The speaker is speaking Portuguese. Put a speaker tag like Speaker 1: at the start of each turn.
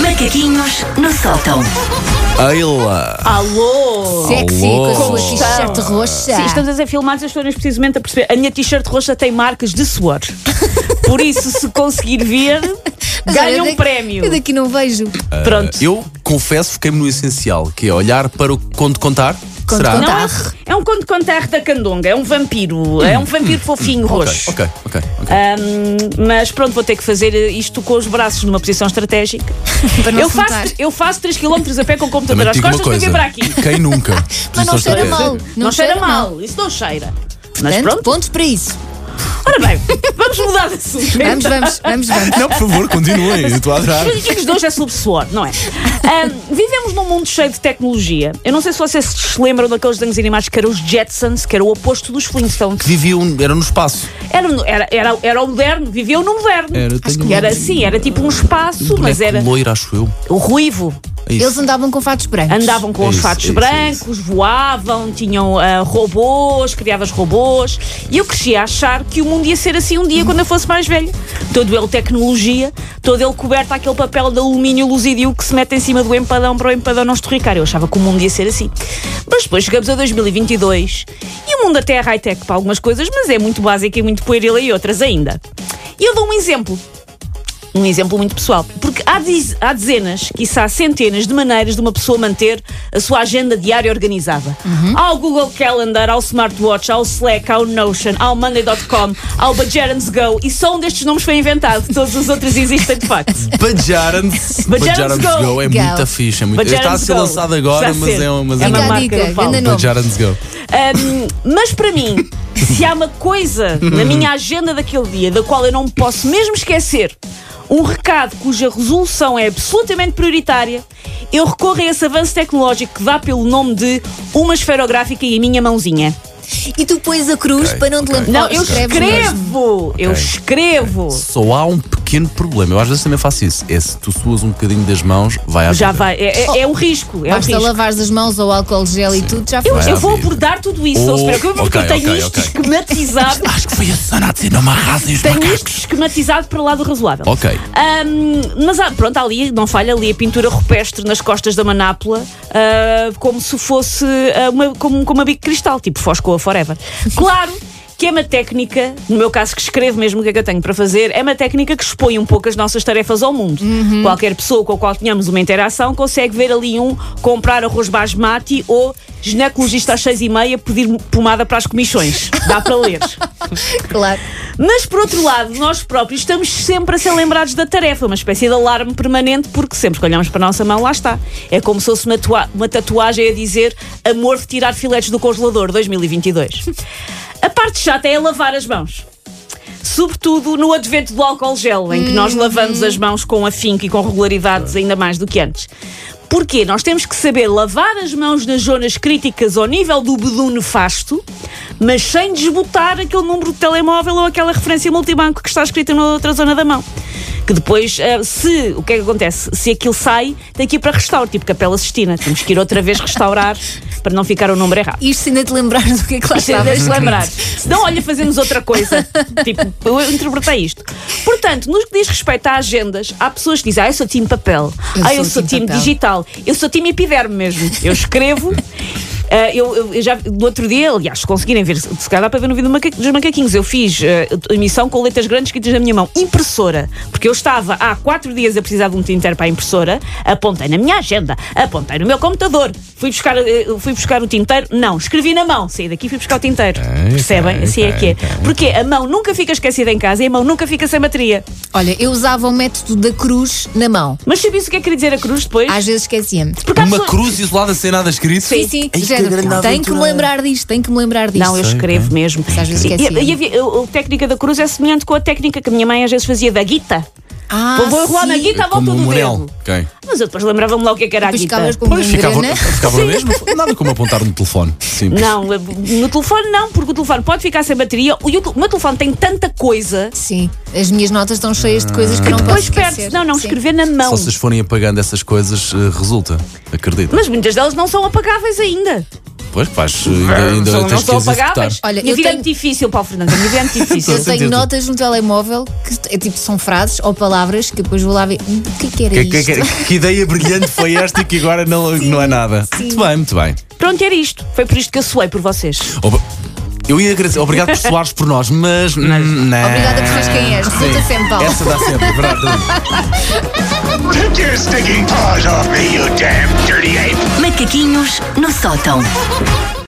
Speaker 1: Macaquinhos no sótão.
Speaker 2: Ayla!
Speaker 3: Alô!
Speaker 4: Sexy,
Speaker 2: Alô.
Speaker 4: com a
Speaker 3: Como
Speaker 4: sua t-shirt roxa.
Speaker 2: Ah.
Speaker 3: Sim, estamos a ser filmados, as pessoas precisamente a perceber. A minha t-shirt roxa tem marcas de suor. Por isso, se conseguir ver,
Speaker 4: Mas olha,
Speaker 3: ganha
Speaker 4: eu
Speaker 3: um
Speaker 4: daqui-
Speaker 3: prémio.
Speaker 4: Eu daqui não vejo.
Speaker 3: Pronto.
Speaker 2: Ah, Eu confesso, fiquei-me no essencial, que é olhar para o conto contar.
Speaker 4: Conto
Speaker 2: Será?
Speaker 4: contar.
Speaker 3: Não é, é um conto contar da Candonga, é um vampiro, é um vampiro fofinho
Speaker 2: Hum. Ok,
Speaker 3: roxo.
Speaker 2: ok, ok. ok.
Speaker 3: Ahm, mas pronto, vou ter que fazer isto com os braços numa posição estratégica.
Speaker 4: Para não
Speaker 3: Eu
Speaker 4: afrontar.
Speaker 3: faço, eu faço 3 km a pé com o computador
Speaker 2: Também
Speaker 3: às
Speaker 2: te digo uma
Speaker 3: costas para vir
Speaker 2: coisa.
Speaker 3: para aqui.
Speaker 2: Quem nunca?
Speaker 4: Mas não
Speaker 2: Posição
Speaker 4: cheira
Speaker 2: estratégica.
Speaker 4: mal.
Speaker 3: Não, cheira mal, isso não cheira. mas
Speaker 4: Portanto,
Speaker 3: pronto,
Speaker 4: pontos para isso.
Speaker 3: ora bem, vamos mudar de assunto.
Speaker 4: Vamos, vamos, vamos, vamos.
Speaker 2: é. Não, por favor, continuem. Eu Estou a adorar.
Speaker 3: Os artigos de hoje é sobre suor, não é? Ahm, vivemos num mundo cheio de tecnologia. Eu não sei se vocês se lembram daqueles desenhos animados que eram os Jetsons, que era o oposto dos Flintstones.
Speaker 2: Que viviam, eram um, no espaço.
Speaker 3: Era, no- era, era, era o moderno, viviam no moderno.
Speaker 2: Era, tenho um-
Speaker 3: era assim, era tipo um espaço,
Speaker 2: Boneco
Speaker 3: mas era
Speaker 2: loiro, acho eu.
Speaker 3: o ruivo.
Speaker 2: É isso.
Speaker 4: Eles andavam com fatos brancos.
Speaker 3: Andavam com
Speaker 2: É
Speaker 3: os
Speaker 2: isso,
Speaker 3: fatos
Speaker 2: é isso, é isso.
Speaker 3: brancos, voavam, tinham ah, robôs, criavas robôs. E eu cresci a achar que o mundo ia ser assim um dia quando eu fosse mais velha. Todo ele tecnologia, todo ele coberto aquele papel de alumínio luzidio que se mete em cima do empadão para o empadão não esturricar. Eu achava que o mundo ia ser assim. Mas depois chegamos a 2022 e o mundo até é high-tech para algumas coisas, mas é muito básico e muito pueril e outras ainda. E eu dou um exemplo um exemplo muito pessoal. Porque há, diz- há dezenas, quiçá centenas de maneiras de uma pessoa manter a sua agenda diária organizada. Ao Google Calendar, ao Smartwatch, ao Slack, ao Notion, ao Monday.com, ao Bajarans Go, e só um destes nomes foi inventado, todos os outros existem de facto.
Speaker 2: Bajarans.
Speaker 3: Bajarans Go.
Speaker 2: Go. É
Speaker 4: Go.
Speaker 2: muita ficha. É muito...
Speaker 3: Bajarans
Speaker 2: Está a ser
Speaker 3: Go.
Speaker 2: lançado agora,
Speaker 3: Está a
Speaker 2: mas
Speaker 3: ser.
Speaker 2: é um- mas
Speaker 3: É
Speaker 2: é
Speaker 4: Fica
Speaker 3: uma
Speaker 4: a
Speaker 2: uma.
Speaker 3: marca,
Speaker 4: dica,
Speaker 3: eu falo.
Speaker 4: ganda nome.
Speaker 2: Bajarans Go.
Speaker 3: Um, mas para mim, se há uma coisa na minha agenda daquele dia da qual eu não me posso mesmo esquecer, um recado cuja resolução é absolutamente prioritária, eu recorro a esse avanço tecnológico que dá pelo nome de uma esferográfica e a minha mãozinha.
Speaker 4: E tu pões a cruz
Speaker 2: Ok,
Speaker 4: para não te
Speaker 2: ok.
Speaker 4: lembrar. Oh,
Speaker 3: Não, eu
Speaker 4: Escreves mesmo.
Speaker 3: escrevo! Eu escrevo!
Speaker 2: Só há um pequeno problema. Eu às vezes também faço isso. É se tu suas um bocadinho das mãos, vai à
Speaker 3: Já
Speaker 2: vida.
Speaker 3: vai, é, é- é um risco, é um
Speaker 4: Basta
Speaker 3: risco.
Speaker 4: lavares as mãos ou álcool gel e tudo, já
Speaker 3: Eu,
Speaker 4: foi.
Speaker 2: Vai
Speaker 3: eu
Speaker 2: à
Speaker 3: vou
Speaker 2: vida.
Speaker 3: abordar tudo isso, não se
Speaker 2: Oh,
Speaker 3: preocupe, porque
Speaker 2: ok,
Speaker 3: eu tenho
Speaker 2: ok,
Speaker 3: isto
Speaker 2: ok.
Speaker 3: esquematizado.
Speaker 2: Acho que foi a Susana a dizer, não me arrasem os
Speaker 3: Tenho
Speaker 2: macacos.
Speaker 3: isto esquematizado para lá do razoável.
Speaker 2: Ok.
Speaker 3: Ahm, mas há- pronto, ali não falha ali a pintura rupestre nas costas da manápola, ah, como se fosse ah, uma, como, como uma bico de cristal, tipo Foscoa Forever. Claro que é uma técnica, no meu caso que escrevo mesmo o que é que eu tenho para fazer, é uma técnica que expõe um pouco as nossas tarefas ao mundo. Qualquer pessoa com a qual tenhamos uma interação consegue ver ali um comprar arroz basmati ou ginecologista às seis e meia pedir pomada para as comichões. Dá para ler.
Speaker 4: Claro.
Speaker 3: Mas por outro lado, nós próprios estamos sempre a ser lembrados da tarefa, uma espécie de alarme permanente, porque sempre que olhamos para a nossa mão, lá está. É como se fosse uma, tua- uma tatuagem a dizer amor de tirar filetes do congelador 2022. A parte chata é lavar as mãos. Sobretudo no advento do álcool gel, em que nós lavamos as mãos com afinco e com regularidades ainda mais do que antes. Porquê? Nós temos que saber lavar as mãos nas zonas críticas ao nível do bedu nefasto, mas sem desbotar aquele número de telemóvel ou aquela referência multibanco que está escrita na outra zona da mão. Que depois, eh, se o que é que acontece? Se aquilo sai, tem que ir para restauro, tipo Capela Sistina. Temos que ir outra vez restaurar para não ficar o número errado.
Speaker 4: Isto ainda te lembrares do que é que lá estava.
Speaker 3: Deixa lembrar. Se não, olha, fazemos outra coisa. tipo, eu interpretei isto. Portanto, no que diz respeito a agendas, há pessoas que dizem, ah, eu sou time papel,
Speaker 4: Eu
Speaker 3: ah,
Speaker 4: sou
Speaker 3: eu sou
Speaker 4: time
Speaker 3: time
Speaker 4: papel."
Speaker 3: digital, eu sou time epiderme mesmo. Eu escrevo. ah, eu, eu- eu já, no outro dia, aliás, se conseguirem ver, se se calhar dá para ver no vídeo do maca- dos macaquinhos, eu fiz ah, emissão com letras grandes escritas na minha mão, impressora, porque eu estava há quatro dias a precisar de um tinteiro para a impressora, apontei na minha agenda, apontei no meu computador, fui buscar, eh, fui buscar o tinteiro, não, escrevi na mão, saí daqui e fui buscar o tinteiro.
Speaker 2: Ok,
Speaker 3: Percebem?
Speaker 2: ok,
Speaker 3: assim é que é.
Speaker 2: ok.
Speaker 3: Porque a mão nunca fica esquecida em casa e a mão nunca fica sem bateria.
Speaker 4: Olha, eu usava o método da cruz na mão.
Speaker 3: Mas sabias o que é que queria dizer a cruz depois?
Speaker 4: Às vezes esquecia-me.
Speaker 3: Porque há
Speaker 2: Uma
Speaker 3: pessoas-
Speaker 2: cruz isolada sem nada escrito?
Speaker 4: Sim, sim,
Speaker 2: Ei, que
Speaker 4: género.
Speaker 2: grande
Speaker 4: Tenho que me
Speaker 2: aventura.
Speaker 4: lembrar disto, tenho que me lembrar disto.
Speaker 3: Não, eu
Speaker 2: Sei,
Speaker 3: escrevo
Speaker 4: então.
Speaker 2: ok.
Speaker 3: mesmo.
Speaker 4: Mas às vezes
Speaker 3: E- e-
Speaker 4: esquecia.
Speaker 3: e havia- o- a técnica da cruz é semelhante com a técnica que a minha mãe às vezes fazia da guita.
Speaker 4: Ah,
Speaker 3: vou, vou enrolar na
Speaker 4: sim.
Speaker 3: guita à volta
Speaker 2: Como
Speaker 3: do
Speaker 2: um
Speaker 3: dedo.
Speaker 2: anel. Ok.
Speaker 3: Mas eu depois lembrava-me logo o que é que era a
Speaker 4: Depois
Speaker 3: guita.
Speaker 4: ficavas com
Speaker 2: Pois ficava,
Speaker 4: gangrena.
Speaker 2: ficava na mesma. Nada como apontar no telefone. Simples.
Speaker 3: Não, no telefone não, porque o telefone pode ficar sem bateria. O o meu telefone tem tanta coisa
Speaker 4: Sim, as minhas notas estão cheias de coisas que não posso
Speaker 3: Pois
Speaker 4: esquecer.
Speaker 3: perde Não, não,
Speaker 4: Sim.
Speaker 3: escrever na mão.
Speaker 2: Se vocês forem apagando essas coisas, eh, resulta. Acredito.
Speaker 3: Mas muitas delas não são apagáveis ainda.
Speaker 2: Pois, que vais, eh, ainda, ainda
Speaker 3: São- não
Speaker 2: tens que
Speaker 3: são
Speaker 2: as executar.
Speaker 3: apagáveis.
Speaker 4: Olha,
Speaker 3: minha
Speaker 4: eu
Speaker 3: vida é
Speaker 4: tenho-
Speaker 3: muito difícil, Paulo Fernandes. A minha vida é muito difícil.
Speaker 4: Eu tenho
Speaker 2: sentido.
Speaker 4: notas no telemóvel que é tipo são frases ou palavras que depois vou lá ver "Hum, o que é que era
Speaker 2: Que, que-
Speaker 4: isto.
Speaker 2: que- que ideia brilhante foi esta e que agora não, não é nada? Muito bem, muito bem.
Speaker 3: Pronto, era isto. Foi por isto que eu suei por vocês.
Speaker 2: Ob- Eu ia agradecer, obrigado por soares por nós, mas. hum, não.
Speaker 4: Obrigada por seres quem és. Resulta
Speaker 2: Sim.
Speaker 4: sempre, Paulo.
Speaker 2: Essa dá sempre, é verdade.
Speaker 5: Take your stinking paws off me, you damn dirty ape!
Speaker 1: Macaquinhos no sótão.